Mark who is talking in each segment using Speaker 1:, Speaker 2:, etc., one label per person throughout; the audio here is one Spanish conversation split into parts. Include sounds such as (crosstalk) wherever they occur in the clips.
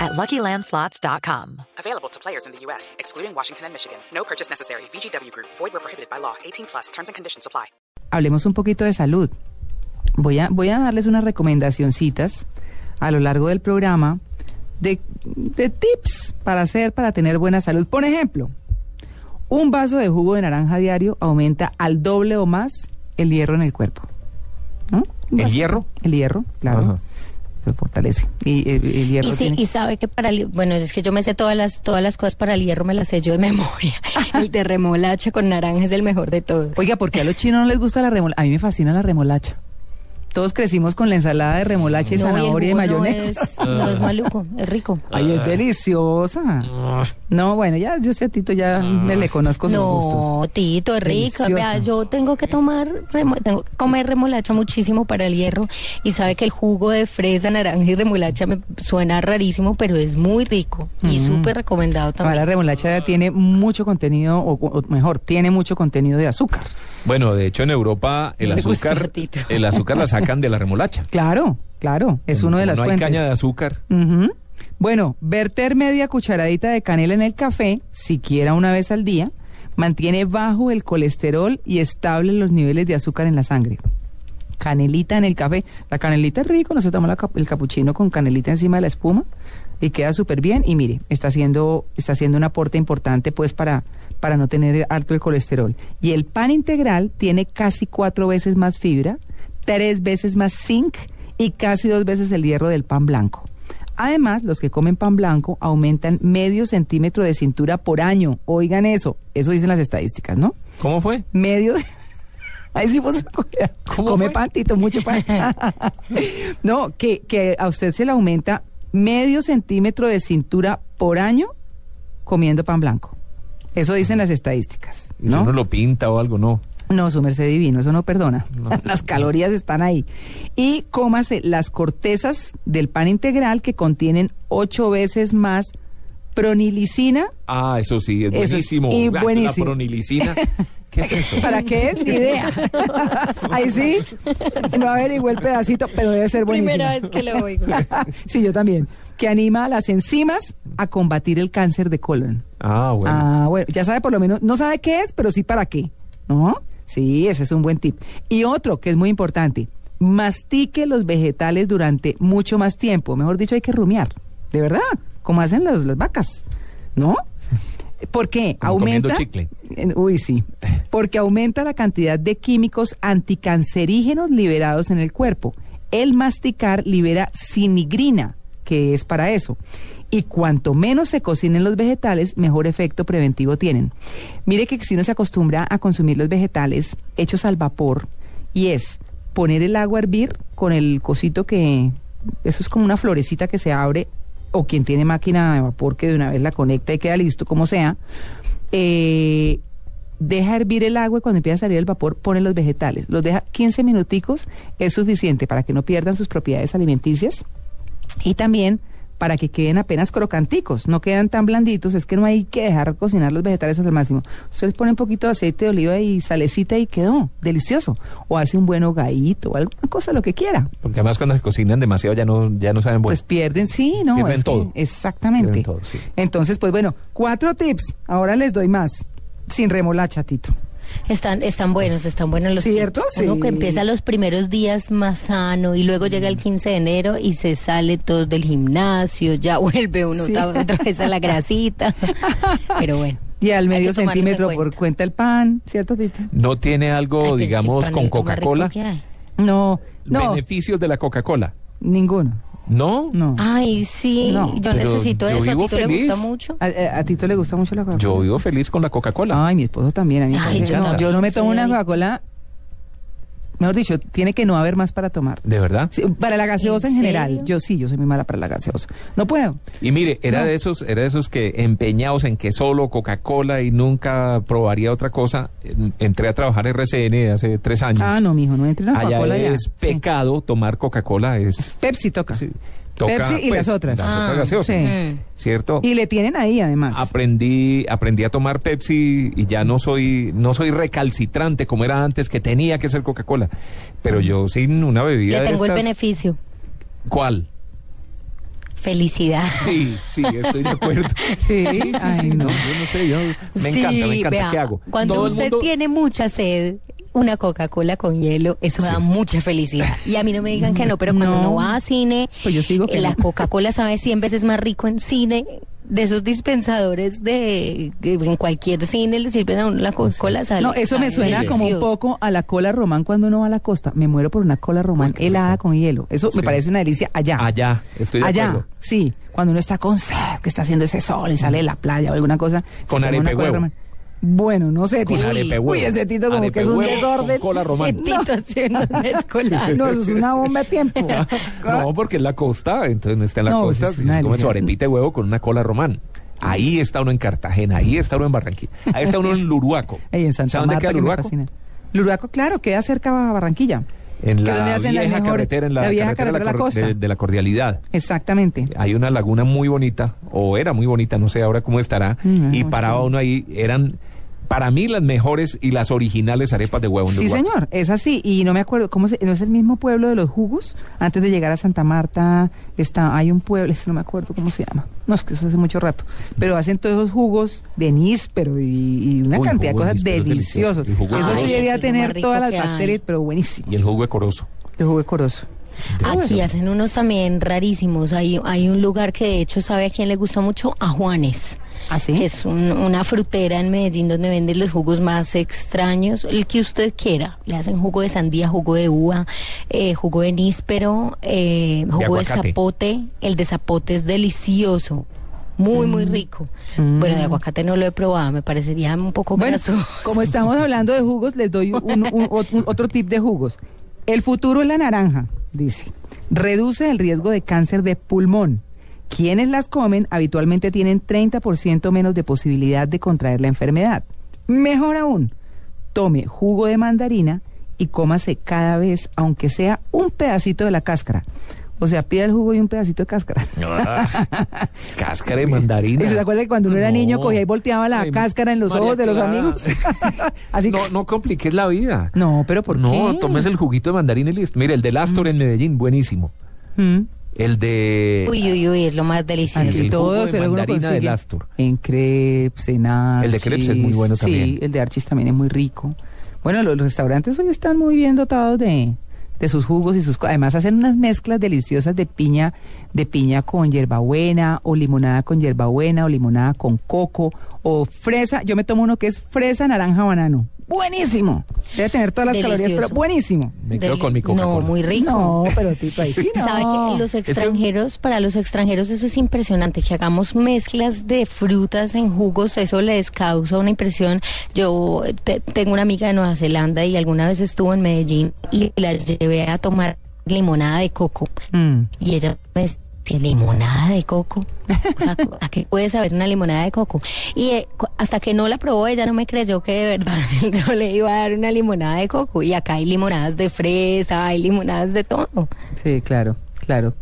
Speaker 1: at luckylandslots.com.
Speaker 2: Available to players in the U.S., excluding Washington and Michigan. No purchase necessary. VGW Group, void were prohibited by law. 18 plus terms and conditions apply.
Speaker 3: hablemos un poquito de salud. Voy a, voy a darles unas recomendacioncitas a lo largo del programa de, de tips para hacer, para tener buena salud. Por ejemplo, un vaso de jugo de naranja diario aumenta al doble o más el hierro en el cuerpo. ¿No? Un
Speaker 4: ¿El
Speaker 3: vaso-
Speaker 4: hierro?
Speaker 3: El hierro, claro.
Speaker 4: Ajá.
Speaker 3: Se fortalece. Y eh, el hierro
Speaker 5: Y, sí,
Speaker 3: tiene-
Speaker 5: y sabe que para el, bueno, es que yo me sé todas las todas las cosas para el hierro, me las sé yo de (laughs) memoria. el de remolacha con naranja es el mejor de todos.
Speaker 3: Oiga, ¿por qué a los chinos no les gusta la remolacha? A mí me fascina la remolacha. Todos crecimos con la ensalada de remolacha y
Speaker 5: No, el
Speaker 3: zanahoria y,
Speaker 5: jugo
Speaker 3: mayonesa.
Speaker 5: No es, no es maluco, es rico.
Speaker 3: (laughs) Ay,
Speaker 4: Ah.
Speaker 3: es deliciosa. No, bueno, ya yo sé a Tito, ya
Speaker 4: Ah.
Speaker 3: me le conozco sus gustos.
Speaker 5: No, Tito, es rico.
Speaker 3: Delicioso.
Speaker 5: Vea, yo tengo que tomar, remo- tengo que comer remolacha muchísimo para el hierro. Y sabe que el jugo de fresa, naranja y remolacha me suena rarísimo, pero es muy rico y súper recomendado
Speaker 3: Ahora la
Speaker 5: también.
Speaker 3: remolacha tiene mucho contenido, o, o mejor, tiene mucho contenido de azúcar.
Speaker 4: Bueno, de hecho
Speaker 5: (laughs)
Speaker 4: en Europa el
Speaker 5: Me gustó,
Speaker 4: azúcar,
Speaker 5: Tito.
Speaker 4: el azúcar la sacan de la remolacha.
Speaker 3: Claro, claro, es uno de las
Speaker 4: no
Speaker 3: fuentes.
Speaker 4: hay caña de azúcar.
Speaker 3: Ujú. Bueno, verter media cucharadita de canela en el café, siquiera una vez al día, mantiene bajo el colesterol y estable los niveles de azúcar en la sangre. Canelita en el café. La canelita es rico, no se toma la cap- el capuchino con canelita encima de la espuma y queda súper bien. Y mire, está haciendo, está haciendo un aporte importante pues para, para no tener alto el colesterol. Y el pan integral tiene casi cuatro veces más fibra, tres veces más zinc y casi dos veces el hierro del pan blanco. Además, los que comen pan blanco aumentan medio centímetro de cintura por año. Oigan eso, eso dicen las estadísticas, ¿no?
Speaker 4: ¿Cómo fue?
Speaker 3: medio. (laughs) Ahí sí vos-
Speaker 4: ¿Cómo
Speaker 3: come
Speaker 4: fue?
Speaker 3: pantito, mucho pan. (laughs) no, que, que a usted se le aumenta medio centímetro de cintura por año comiendo pan blanco. Eso dicen las estadísticas.
Speaker 4: Y Si
Speaker 3: ¿no?
Speaker 4: uno lo pinta o algo, no.
Speaker 3: No, su merced divino, eso no perdona. (laughs) las calorías están ahí. Y cómase las cortezas del pan integral que contienen ocho veces más pronilicina.
Speaker 4: Ah, eso sí, es
Speaker 3: Eso es-
Speaker 4: buenísimo.
Speaker 3: y
Speaker 4: Ah,
Speaker 3: buenísimo.
Speaker 4: La
Speaker 3: (laughs)
Speaker 4: pronilicina. ¿Qué es eso?
Speaker 3: ¿Para qué? es? Ni idea. (laughs) Ahí sí, no averigüé el pedacito, pero debe ser buenísimo.
Speaker 5: Primera vez que lo oigo.
Speaker 3: (laughs) sí, yo también. Que anima a las enzimas a combatir el cáncer de colon.
Speaker 4: Ah, bueno.
Speaker 3: Ah, bueno, ya sabe por lo menos, no sabe qué es, pero sí para qué. ¿No? Sí, ese es un buen tip. Y otro que es muy importante, mastique los vegetales durante mucho más tiempo. Mejor dicho, hay que rumiar, de verdad, como hacen los- las vacas, ¿no? Porque
Speaker 4: Como comiendo
Speaker 3: aumenta...
Speaker 4: chicle.
Speaker 3: Eh, Uy, sí. Porque aumenta la cantidad de químicos anticancerígenos liberados en el cuerpo. El masticar libera sinigrina, que es para eso. Y cuanto menos se cocinen los vegetales, mejor efecto preventivo tienen. Mire que si uno se acostumbra a consumir los vegetales hechos al vapor, y es poner el agua a hervir con el cosito que... Eso es como una florecita que se abre, o quien tiene máquina de vapor que de una vez la conecta y queda listo, como sea eh, deja hervir el agua y cuando empieza a salir el vapor pone los vegetales. Los deja 15 minuticos, es suficiente para que no pierdan sus propiedades alimenticias y también para que queden apenas crocanticos, no quedan tan blanditos, es que no hay que dejar cocinar los vegetales hasta el máximo. Usted les pone un poquito de aceite de oliva y salecita y quedó, delicioso. O hace un buen hogadito o alguna cosa, lo que quiera.
Speaker 4: Porque además cuando se cocinan demasiado ya no, ya no saben bueno.
Speaker 3: Pues pierden, sí, no.
Speaker 4: Pierden
Speaker 3: es que-
Speaker 4: todo.
Speaker 3: Exactamente.
Speaker 4: Pierden todo, sí.
Speaker 3: Entonces, pues bueno, cuatro tips. Ahora les doy más. Sin remolacha, Tito.
Speaker 5: Están, están buenos, están buenos los
Speaker 3: ¿Cierto?
Speaker 5: tips. Uno
Speaker 3: Sí. Mm.
Speaker 5: que empieza los primeros días más sano y luego llega el 15 de enero y se sale todo del gimnasio, ya (laughs) vuelve uno
Speaker 3: Sí.
Speaker 5: otra- otra vez a
Speaker 3: (laughs)
Speaker 5: la grasita. Pero bueno.
Speaker 3: Y al
Speaker 5: hay
Speaker 3: medio
Speaker 5: que tomarlos en
Speaker 3: centímetro por
Speaker 5: cuenta.
Speaker 3: cuenta el pan, ¿cierto, Tito?
Speaker 4: ¿No tiene
Speaker 5: Ay,
Speaker 4: algo,
Speaker 5: pero es que
Speaker 4: digamos,
Speaker 5: pan
Speaker 4: con
Speaker 5: es lo más rico
Speaker 4: Coca-Cola?
Speaker 5: que hay.
Speaker 3: No, no,
Speaker 4: ¿Beneficios de la Coca-Cola?
Speaker 3: ninguno.
Speaker 4: ¿No?
Speaker 3: No.
Speaker 5: Ay, sí,
Speaker 3: No.
Speaker 5: yo
Speaker 4: Pero
Speaker 5: necesito
Speaker 4: yo
Speaker 5: eso. ¿A
Speaker 4: vivo
Speaker 5: ti te le gusta
Speaker 4: feliz.
Speaker 5: mucho?
Speaker 3: A, eh, a- a Tito le gusta mucho la Coca-Cola.
Speaker 4: Yo vivo
Speaker 3: Ah.
Speaker 4: feliz con la Coca-Cola.
Speaker 3: Ay, mi esposo también. A mí me
Speaker 5: Ay,
Speaker 3: parece-
Speaker 4: yo
Speaker 3: no,
Speaker 4: también
Speaker 3: yo no me
Speaker 5: soy
Speaker 3: tomo una
Speaker 5: adicta.
Speaker 3: Coca-Cola Mejor dicho, tiene que no haber más para tomar.
Speaker 4: ¿De verdad?
Speaker 3: Sí, para la gaseosa en,
Speaker 5: ¿En
Speaker 3: general,
Speaker 5: serio?
Speaker 3: yo sí, yo soy muy mala para la gaseosa. No puedo.
Speaker 4: Y mire, era
Speaker 3: No.
Speaker 4: de esos, era de esos que empeñados en que solo Coca-Cola y nunca probaría otra cosa. En- Entré a trabajar en RCN hace tres años.
Speaker 3: Ah, no, mijo, no entre en la
Speaker 4: Mm. Allá
Speaker 3: Coca-Cola ya.
Speaker 4: es
Speaker 3: Sí.
Speaker 4: pecado tomar Coca-Cola, es
Speaker 3: Pepsi toca.
Speaker 4: sí, toca,
Speaker 3: Pepsi y
Speaker 4: pues,
Speaker 3: las otras.
Speaker 4: las
Speaker 5: Ah,
Speaker 4: otras gaseosas,
Speaker 3: sí.
Speaker 4: ¿cierto?
Speaker 3: Y le tienen ahí además.
Speaker 4: aprendí aprendí a tomar Pepsi y ya no soy no soy recalcitrante como era antes que tenía que ser Coca-Cola pero
Speaker 3: Ah.
Speaker 4: yo sin una bebida
Speaker 5: Le
Speaker 4: de
Speaker 5: tengo el
Speaker 4: estas-
Speaker 5: beneficio.
Speaker 4: ¿cuál?
Speaker 5: Felicidad.
Speaker 4: sí sí estoy de acuerdo
Speaker 3: Sí, ay, no.
Speaker 4: yo no sé yo me
Speaker 5: Sí,
Speaker 4: encanta me encanta
Speaker 5: vea,
Speaker 4: qué hago
Speaker 5: Cuando
Speaker 4: Todo el
Speaker 5: usted
Speaker 4: mundo-
Speaker 5: tiene mucha sed, una Coca-Cola con hielo, eso da mucha felicidad. Y a mí no me digan que no, pero cuando
Speaker 3: No.
Speaker 5: uno va a cine,
Speaker 3: Pues yo sigo que
Speaker 5: eh, la
Speaker 3: no. (laughs)
Speaker 5: Coca-Cola sabe 100 veces más rico en cine. De esos dispensadores de que en cualquier cine le sirven a uno la
Speaker 4: Pues
Speaker 5: Coca-Cola. sale-
Speaker 3: No, eso me
Speaker 5: sabe
Speaker 3: suena como un
Speaker 5: delicioso.
Speaker 4: (laughs)
Speaker 3: poco a la cola román cuando uno va a la costa. Me muero por una cola román
Speaker 4: qué
Speaker 3: helada
Speaker 4: rico.
Speaker 3: con hielo. Eso me
Speaker 4: Sí.
Speaker 3: parece una delicia allá.
Speaker 4: allá estoy de
Speaker 3: Allá,
Speaker 4: acuerdo
Speaker 3: sí. Cuando uno está con sed, que está haciendo ese sol y sale de la playa o alguna cosa. se
Speaker 4: Con
Speaker 3: toma
Speaker 4: arepa
Speaker 3: una
Speaker 4: y
Speaker 3: cola
Speaker 4: huevo.
Speaker 3: román. Bueno, no sé,
Speaker 4: Con
Speaker 3: Tito.
Speaker 4: arepa y
Speaker 3: Uy,
Speaker 4: huevo.
Speaker 3: ese Tito como
Speaker 4: Arepa
Speaker 3: que
Speaker 4: y
Speaker 3: es un
Speaker 4: huevo con
Speaker 3: desorden. (laughs)
Speaker 4: cola román.
Speaker 5: Tito haciendo mezcolar.
Speaker 3: No, eso es una bomba de tiempo.
Speaker 4: (laughs) no porque es la costa entonces está en la
Speaker 3: Ah. No, pues
Speaker 4: costa
Speaker 3: es
Speaker 4: se
Speaker 3: una
Speaker 4: come su
Speaker 3: delicia.
Speaker 4: arepita de huevo con una cola román ahí está uno en Cartagena ahí está uno en Barranquilla ahí está uno en Luruaco
Speaker 3: (laughs) Ahí en Santa
Speaker 4: ¿sabe dónde
Speaker 3: Marta,
Speaker 4: queda
Speaker 3: que me
Speaker 4: Luruaco?
Speaker 3: fascina. Luruaco, claro, queda cerca a Barranquilla.
Speaker 4: En
Speaker 3: Que donde
Speaker 4: la
Speaker 3: hacen las
Speaker 4: vieja
Speaker 3: mejores-
Speaker 4: carretera, en la,
Speaker 3: la vieja
Speaker 4: carretera, de la
Speaker 3: carretera de la
Speaker 4: cor- de,
Speaker 3: costa.
Speaker 4: de la cordialidad.
Speaker 3: Exactamente.
Speaker 4: Hay una laguna muy bonita, o era muy bonita, no sé ahora cómo estará,
Speaker 3: Mm,
Speaker 4: y
Speaker 3: muy
Speaker 4: paraba
Speaker 3: chévere.
Speaker 4: uno ahí, eran para mí las mejores y las originales arepas de huevo. en
Speaker 3: Sí,
Speaker 4: Uruguay.
Speaker 3: señor, es así. Y no me acuerdo, ¿cómo se- ¿no es el mismo pueblo de los jugos? Antes de llegar a Santa Marta, está, hay un pueblo, ese no me acuerdo cómo se llama. No, es que eso hace mucho rato. Pero hacen todos esos jugos de níspero y, y una
Speaker 4: Uy,
Speaker 3: cantidad de
Speaker 4: Oh, jugo de
Speaker 3: cosas
Speaker 4: níspero es delicioso.
Speaker 3: deliciosas.
Speaker 4: El jugo
Speaker 5: de
Speaker 3: Eso
Speaker 5: corozo.
Speaker 3: sí
Speaker 5: Ay, eso
Speaker 3: debía
Speaker 5: es lo más
Speaker 3: tener
Speaker 5: rico
Speaker 3: todas las
Speaker 5: que hay.
Speaker 3: bacterias, pero buenísimo.
Speaker 4: Y el jugo de corozo.
Speaker 3: El jugo de corozo.
Speaker 5: Aquí hacen unos también rarísimos. Hay, hay un lugar que de hecho sabe a quién le gusta mucho, a Juanes.
Speaker 3: ¿Ah, sí?
Speaker 5: Que es un- una frutera en Medellín donde venden los jugos más extraños, el que usted quiera. Le hacen jugo de sandía, jugo de uva, eh, jugo de níspero, eh, jugo de,
Speaker 4: aguacate.
Speaker 5: zapote. El de zapote es delicioso. Muy, muy
Speaker 4: Mm.
Speaker 5: rico. Bueno, de aguacate no lo he probado, me parecería un poco
Speaker 3: Bueno,
Speaker 5: grasoso.
Speaker 3: como estamos hablando de jugos, les doy un- un- un- otro tip de jugos. El futuro es la naranja, dice. Reduce el riesgo de cáncer de pulmón. Quienes las comen habitualmente tienen 30% menos de posibilidad de contraer la enfermedad. Mejor aún, tome jugo de mandarina y cómase cada vez, aunque sea un pedacito de la cáscara. O sea, pida el jugo y un pedacito de cáscara.
Speaker 4: Ah, cáscara de mandarina.
Speaker 3: ¿Y se acuerda que cuando uno era niño cogía y volteaba la
Speaker 4: Ay,
Speaker 3: cáscara en los
Speaker 4: María
Speaker 3: ojos de los
Speaker 4: Clara. (laughs)
Speaker 3: amigos? (laughs) Así
Speaker 4: no, no compliques la vida.
Speaker 3: No, pero ¿por qué?
Speaker 4: No, tomes el juguito de mandarina y listo. Mire, el del Astor en Medellín, buenísimo.
Speaker 3: Mm.
Speaker 4: El de...
Speaker 5: (laughs) Uy, uy, uy, es lo más delicioso.
Speaker 4: el
Speaker 3: Aquí
Speaker 4: jugo
Speaker 3: todo
Speaker 4: de
Speaker 3: se logra
Speaker 4: mandarina del
Speaker 3: conseguir.
Speaker 4: Astor.
Speaker 3: En crepes, en Archis.
Speaker 4: El de crepes es muy bueno
Speaker 3: Sí,
Speaker 4: también.
Speaker 3: el de Archis también es muy rico. Bueno, los, los restaurantes hoy están muy bien dotados de, de sus jugos y sus... co- Además hacen unas mezclas deliciosas de piña, de piña con hierbabuena, o limonada con hierbabuena, o limonada con coco, o fresa. Yo me tomo uno que es fresa, naranja, banano. ¡Buenísimo! Debe tener todas las calorías,
Speaker 5: Delicioso.
Speaker 3: pero buenísimo.
Speaker 4: Me quedo con mi
Speaker 5: No,
Speaker 4: Coca-Cola.
Speaker 5: muy rico.
Speaker 3: No, pero Tito, ahí sí no.
Speaker 5: (laughs) ¿Sabe que los
Speaker 4: Es que-
Speaker 5: extranjeros, para los extranjeros eso es impresionante, que hagamos mezclas de frutas en jugos, eso les causa una impresión. Yo eh, te- tengo una amiga de Nueva Zelanda y alguna vez estuvo en Medellín y la llevé a tomar limonada de coco
Speaker 3: Mm.
Speaker 5: y ella me decía, limonada de coco. O sea, ¿a qué puede saber una limonada de coco? Y eh, cu- hasta que no la probó, ella no me creyó que de verdad (laughs) no le iba a dar una limonada de coco. Y acá hay limonadas de fresa, hay limonadas de todo.
Speaker 3: Sí, claro, claro.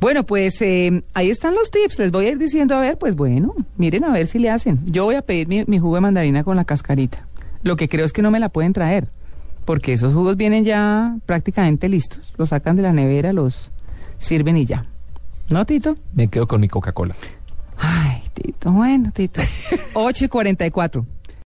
Speaker 3: Bueno, pues eh, ahí están los tips. Les voy a ir diciendo, a ver, pues bueno, miren a ver si le hacen. Yo voy a pedir mi, mi jugo de mandarina con la cascarita. Lo que creo es que no me la pueden traer, porque esos jugos vienen ya prácticamente listos. Los sacan de la nevera, los sirven y ya. ¿No, Tito?
Speaker 4: Me quedo con mi Coca-Cola.
Speaker 3: Ay, Tito, bueno, Tito. 8 y 44.